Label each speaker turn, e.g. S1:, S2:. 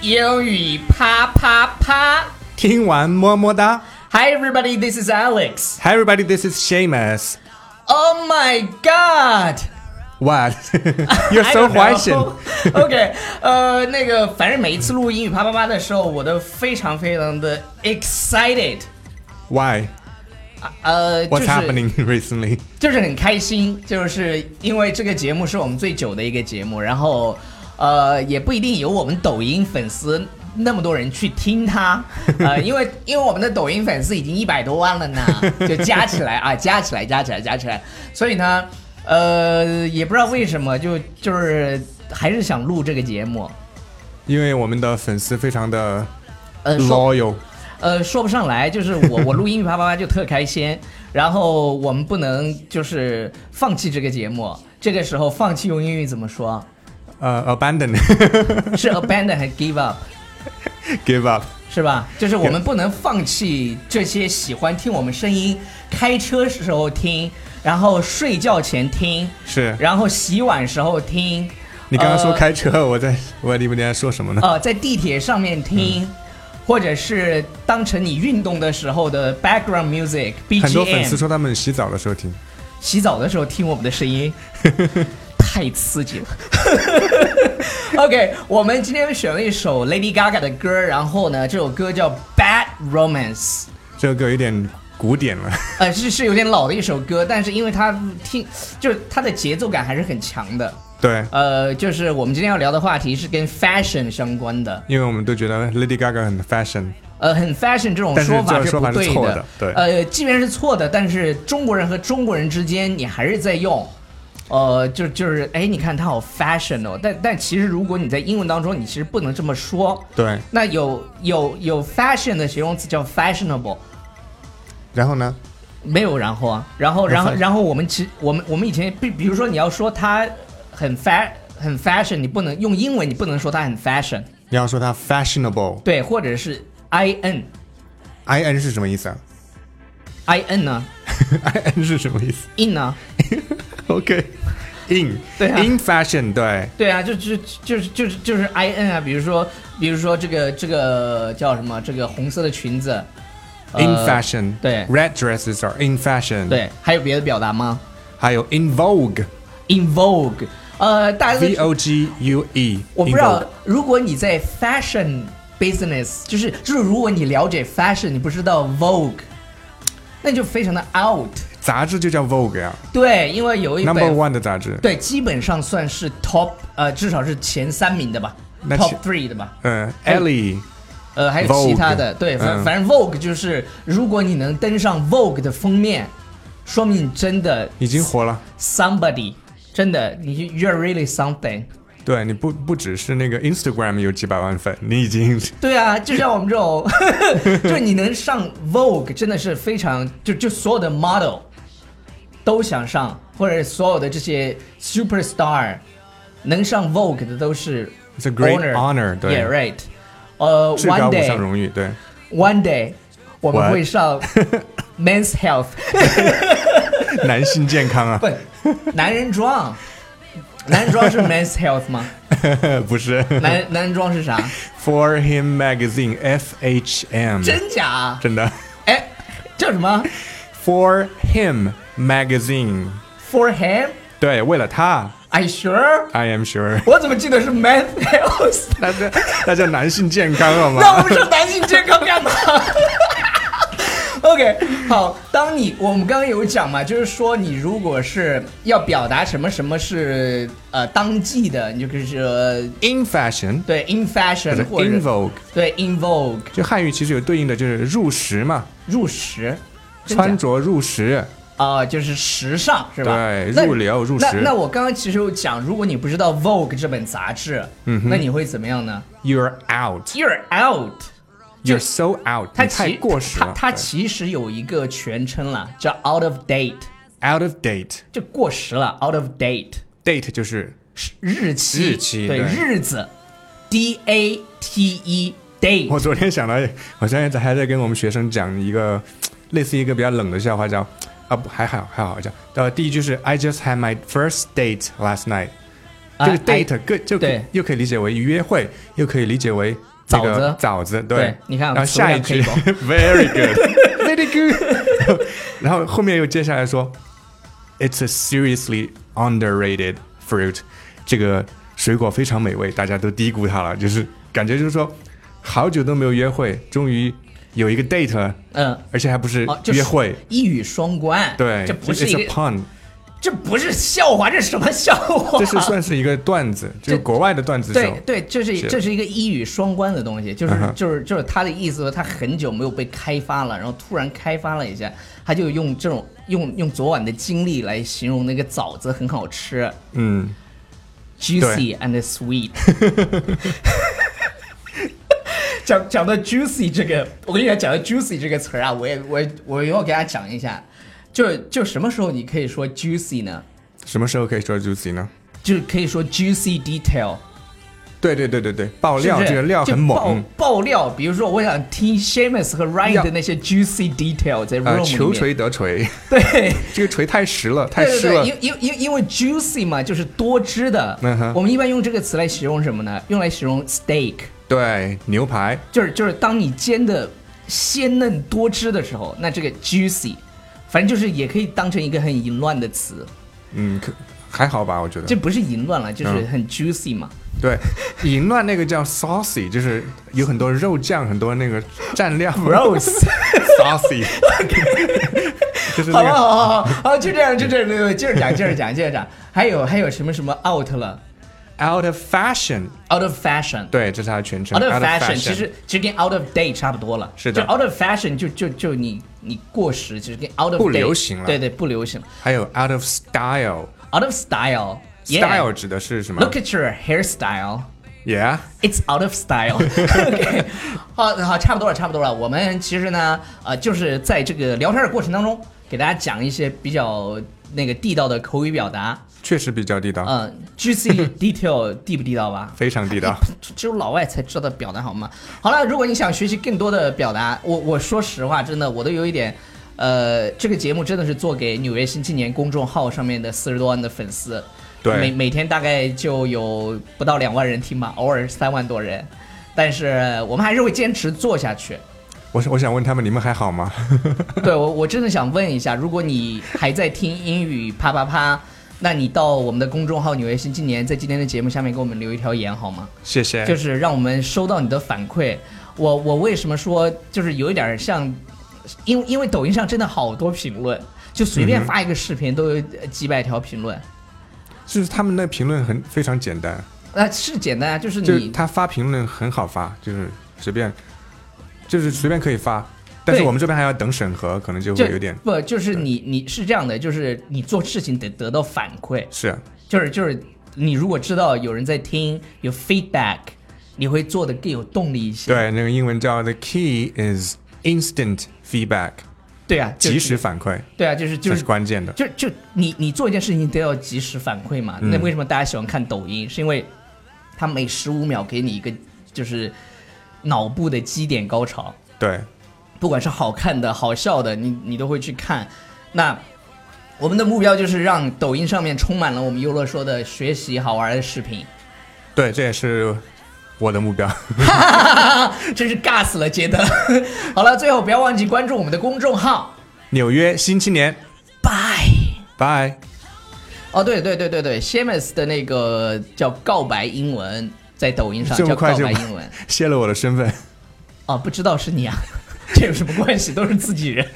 S1: 英语啪啪啪。
S2: 听完么么哒
S1: Hi everybody, this is Alex.
S2: ，Hi everybody, this is Seamus.
S1: Oh my god.
S2: What? You're so
S1: I
S2: Russian.
S1: don't know. OK，呃，那个，反正每一次录英语啪啪啪的时候，我都非常非常的 excited，
S2: Why?
S1: 呃，就
S2: What's
S1: 是
S2: happening recently?
S1: 就是很开心，就是因为这个节目是我们最久的一个节目，然后，呃，也不一定有我们抖音粉丝那么多人去听它，呃，因为因为我们的抖音粉丝已经一百多万了呢，就加起来啊，加起来，加起来，加起来，所以呢，呃，也不知道为什么，就就是还是想录这个节目，
S2: 因为我们的粉丝非常的
S1: 呃，说
S2: loyal，
S1: 呃，说不上来，就是我 我录英语啪啪啪就特开心，然后我们不能就是放弃这个节目。这个时候放弃用英语怎么说？
S2: 呃、abandon,
S1: 是 abandon 还是 give up？
S2: give up。
S1: 是吧？就是我们不能放弃这些喜欢听我们声音、开车时候听，然后睡觉前听，
S2: 是
S1: 然后洗碗时候听，
S2: 你刚刚说
S1: 呃
S2: 开车， 我在我你们在说什么呢？
S1: 呃，在地铁上面听，
S2: 嗯
S1: 或者是当成你运动的时候的 background music
S2: 很多粉丝
S1: BGM。
S2: 说他们洗澡的时候听。
S1: 洗澡的时候听我们的声音，太刺激了。OK，我们今天选了一首 Lady Gaga 的歌，然后呢，这首歌叫《Bad Romance》，
S2: 这个歌有点古典了，
S1: 呃，是是有点老的一首歌，但是因为它听就是它的节奏感还是很强的。
S2: 对，
S1: 呃，就是我们今天要聊的话题是跟 fashion 相关的，
S2: 因为我们都觉得 Lady Gaga 很 fashion，
S1: 呃，很 fashion 这种
S2: 但是
S1: 说
S2: 这
S1: 法
S2: 个说
S1: 不
S2: 法是
S1: 对
S2: 错的对
S1: 呃，即便是错的，但是中国人和中国人之间，你还是在用。呃，就就是，哎，你看他好 fashion 哦，但但其实如果你在英文当中，你其实不能这么说。
S2: 对。
S1: 那有有有 fashion 的形容词叫 fashionable，
S2: 然后呢？
S1: 没有然后啊，然后然后
S2: fashion
S1: 然后我们其我们我们以前比比如说你要说他很 fa 很 fashion，你不能用英文，你不能说他很 fashion，
S2: 你要说它 fashionable，I
S1: 对，或者是 i n
S2: N 是什么意思啊
S1: i n 呢
S2: ？I N 是什么意思
S1: in 呢？
S2: ？OK，in
S1: 对啊
S2: in fashion 对
S1: 对啊，就就就是就是就是 I N 啊，比如说比如说这个这个叫什么？这个红色的裙子、
S2: 嗯 in
S1: 呃
S2: fashion
S1: 对
S2: ，red dresses are in fashion
S1: 对，还有别的表达吗
S2: 还有 in vogue，V
S1: ？In vogue，呃，大家都
S2: O G U E，
S1: 我不知
S2: in
S1: 道
S2: vogue，
S1: 如果你在 fashion business，就是就是如果你了解 fashion，你不知道 vogue，那你就非常的 out。
S2: 杂志就叫 vogue 呀
S1: 对，因为有一
S2: ，Number
S1: 本
S2: One 的杂志，
S1: 对，基本上算是 top，呃，至少是前三名的吧
S2: 那
S1: ，top
S2: 其
S1: three 的吧。
S2: 嗯，Ellie
S1: 呃，还有其他的，
S2: Vogue，
S1: 对，反
S2: 嗯
S1: 反正 Vogue 就是，如果你能登上 Vogue 的封面，说明你真的
S2: 已经火了。
S1: somebody，真的你 you're really something。
S2: 对，你不不只是那个 Instagram 有几百万粉，你 已经
S1: 对啊，就像我们这 种，就是你能上 Vogue，真的是非常，就就所有的 model 都想上，或者所有的这些 superstar 能上 Vogue 的都是
S2: It's a great honor，对
S1: yeah right，呃、
S2: 至
S1: o n
S2: 高
S1: e
S2: 无
S1: day。
S2: 上荣誉。对，
S1: One day，我们
S2: What？
S1: 会 上 Men's Health，
S2: 男性健康啊，
S1: 不，男人 装，男人装是 Men's Health 吗？
S2: 不是
S1: 男男人装是 啥？
S2: For Him Magazine F H M，
S1: 真假啊？
S2: 真的
S1: 哎，叫什么
S2: For Him Magazine，
S1: ？For him？Are
S2: 对，为了他
S1: you sure？
S2: ，I am sure，
S1: 我怎么记得是 Men's Health？
S2: 那叫那叫男性健康好
S1: 那我
S2: 吗？
S1: 们说男性健康干嘛 ？OK，好，当你我们刚刚有讲嘛，就是说你如果是要表达什么什么是呃当季的，你就是说
S2: In fashion
S1: 对 in
S2: 或者
S1: fashion 或者
S2: in vogue，
S1: 对 in vogue
S2: 就汉语其实有对应的就是入时嘛，
S1: 入时，真假
S2: 穿着入时，
S1: 啊、就是时尚是吧？
S2: 对
S1: 那
S2: 入流入时
S1: 那那我刚刚其实有讲，如果你不知道 Vogue 这本杂志，嗯，那你会怎么样呢
S2: You're out，You're
S1: ？You're out。
S2: so out，
S1: 它
S2: 你太
S1: 其
S2: 过时
S1: 它
S2: 了，
S1: 它
S2: 对
S1: 其实有一个全称啦，叫 out of date，
S2: out of date。
S1: 就过时了。out of date
S2: date 就是
S1: 是日期，
S2: 日期
S1: 对
S2: 对
S1: 日子，d a t e date。
S2: 我昨天想到，我现在还在跟我们学生讲一个类似一个比较冷的笑话，叫啊不还好还好叫呃第一句是 I just had my first date last night，、
S1: 啊
S2: 这个
S1: 哎
S2: date 更就可以
S1: 对
S2: 又可以理解为约会，又可以理解为那
S1: 枣
S2: 个
S1: 子
S2: 枣子，
S1: 对你看
S2: 然后
S1: 词汇
S2: 下一
S1: 量
S2: 句
S1: 可以
S2: very good，very good，然 后后面又接下来说，it's a seriously underrated fruit，这个水果非常美味，大家都低估它了，就是感觉就是说，好久都没有约会，终于有一个 date，了
S1: 嗯，
S2: 而且还不是
S1: 哦，就是
S2: 约会，
S1: 一语双关，
S2: 对，
S1: 这不是
S2: it's
S1: 一
S2: a
S1: 个，哦
S2: pun，
S1: 这不是笑话，这是什么笑话？
S2: 这是算是一个段子，就是
S1: 这
S2: 国外的段子手
S1: 对，对，这是
S2: 是
S1: 这是一个一语双关的东西，就是
S2: 嗯哼
S1: 就是就是他的意思，他很久没有被开发了，然后突然开发了一下，他就用这种用用昨晚的经历来形容那个枣子很好吃
S2: 嗯。
S1: ，juicy and sweet。讲讲到 juicy 这个，我跟你讲，讲到 juicy 这个词儿啊，我也我也我一会儿给大家讲一下，就就什么时候你可以说 juicy 呢？
S2: 什么时候可以说 juicy 呢？
S1: 就是可以说 juicy detail。
S2: 对对对对对，爆
S1: 是
S2: 料
S1: 不是
S2: 这个料
S1: 就
S2: 很猛，嗯
S1: 爆。爆料，比如说我想听 Shamus 和 Ryan
S2: 要
S1: 的那些 juicy detail 在 room
S2: 呃，
S1: 里
S2: 求
S1: 面。
S2: 锤 得锤，
S1: 对。
S2: 这个锤太实了，太
S1: 对对
S2: 湿
S1: 对，
S2: 了
S1: 因。因因因为 juicy 嘛，就是多汁的。
S2: 嗯哼
S1: 我们一般用这个词来形容什么呢？用来形容 steak，
S2: 对，牛排，
S1: 就是就是当你煎的鲜嫩多汁的时候，那这个 juicy，反正就是也可以当成一个很淫乱的词，
S2: 嗯，可还好吧，我觉
S1: 这
S2: 得。
S1: 不是淫乱了，就是
S2: 嗯
S1: 很 juicy 嘛。
S2: 对，淫乱那个叫 saucy，就是有很多肉酱，很多那个蘸 料
S1: Gross。
S2: saucy，就是
S1: 好
S2: 那
S1: 吧，
S2: 个
S1: 好好好好好，就这样，就这样，对对，接着讲，接着讲，接着讲。还有还有什么什么 out 了
S2: out of fashion。
S1: ，out of fashion。
S2: 对，这是它的全称。
S1: Out of
S2: out of
S1: fashion，
S2: fashion，
S1: 其实其实跟 out of date 差不多了。
S2: 是的
S1: 就 out of fashion 就就就你你过时，就是跟 out of
S2: 不
S1: date,
S2: 流行了
S1: 对对，不流行了。
S2: 还有 out of style。
S1: Out of style。
S2: style 指的是什么
S1: Look at your hairstyle.
S2: ？Yeah，
S1: It's out of style. OK，好好，差不多了，差不多了。我们其实呢，呃，就是在这个聊天的过程当中，给大家讲一些比较那个地道的口语表达。
S2: 确实比较地道，
S1: 嗯，GC detail 地不地道吧？
S2: 非常地道。
S1: 只有老外才知道的表达好吗？好了，如果你想学习更多的表达，我我说实话，真的我都有一点，呃，这个节目真的是做给《纽约新青年》公众号上面的四十多万的粉丝，
S2: 对
S1: 每每天大概就有不到两万人听吧，偶尔三万多人，但是我们还是会坚持做下去。
S2: 我我想问他们，你们还好吗？
S1: 对我，我真的想问一下，如果你还在听英语啪啪啪，那你到我们的公众号《纽约新青年》在今天的节目下面给我们留一条言好吗？
S2: 谢谢。
S1: 就是让我们收到你的反馈。我我为什么说就是有一点像，因为因为抖音上真的好多评论，就随
S2: 嗯
S1: 便发一个视频都有呃几百条评论。
S2: 就是他们那评论很非常简单，
S1: 那、是简单啊，就是
S2: 就是
S1: 你
S2: 他发评论很好发，就是随便，就是随便可以发。但是
S1: 对
S2: 我们这边还要等审核，可能就
S1: 就
S2: 会有点
S1: 不就是你你是这样的，就是你做事情得得到反馈，
S2: 是
S1: 就是就是你如果知道有人在听，有 feedback，你会做的更有动力一些。
S2: 对那个英文叫 the key is instant feedback，
S1: 对啊，就是
S2: 及时反馈，
S1: 对啊，就是就
S2: 这
S1: 是
S2: 是关键的。
S1: 就就你你做一件事情都要及时反馈嘛。
S2: 嗯
S1: 那为什么大家喜欢看抖音？是因为它每十五秒给你一个就是脑部的基点高潮，
S2: 对，
S1: 不管是好看的、好笑的，你你都会去看。那我们的目标就是让抖音上面充满了我们优乐说的学习好玩的视频，
S2: 对，这也是我的目标。
S1: 啊真是尬死了杰德。 好了，最后不要忘记关注我们的公众号，
S2: 纽约新青年，
S1: 拜。
S2: 拜。
S1: 哦，对对对对对，Shamus 的那个叫告白英文，在抖音上
S2: 这么
S1: 叫
S2: 快
S1: 告
S2: 就
S1: 白英文。
S2: 泄露我的身份，
S1: 哦，不知道是你啊，这有什么关系？都是自己人。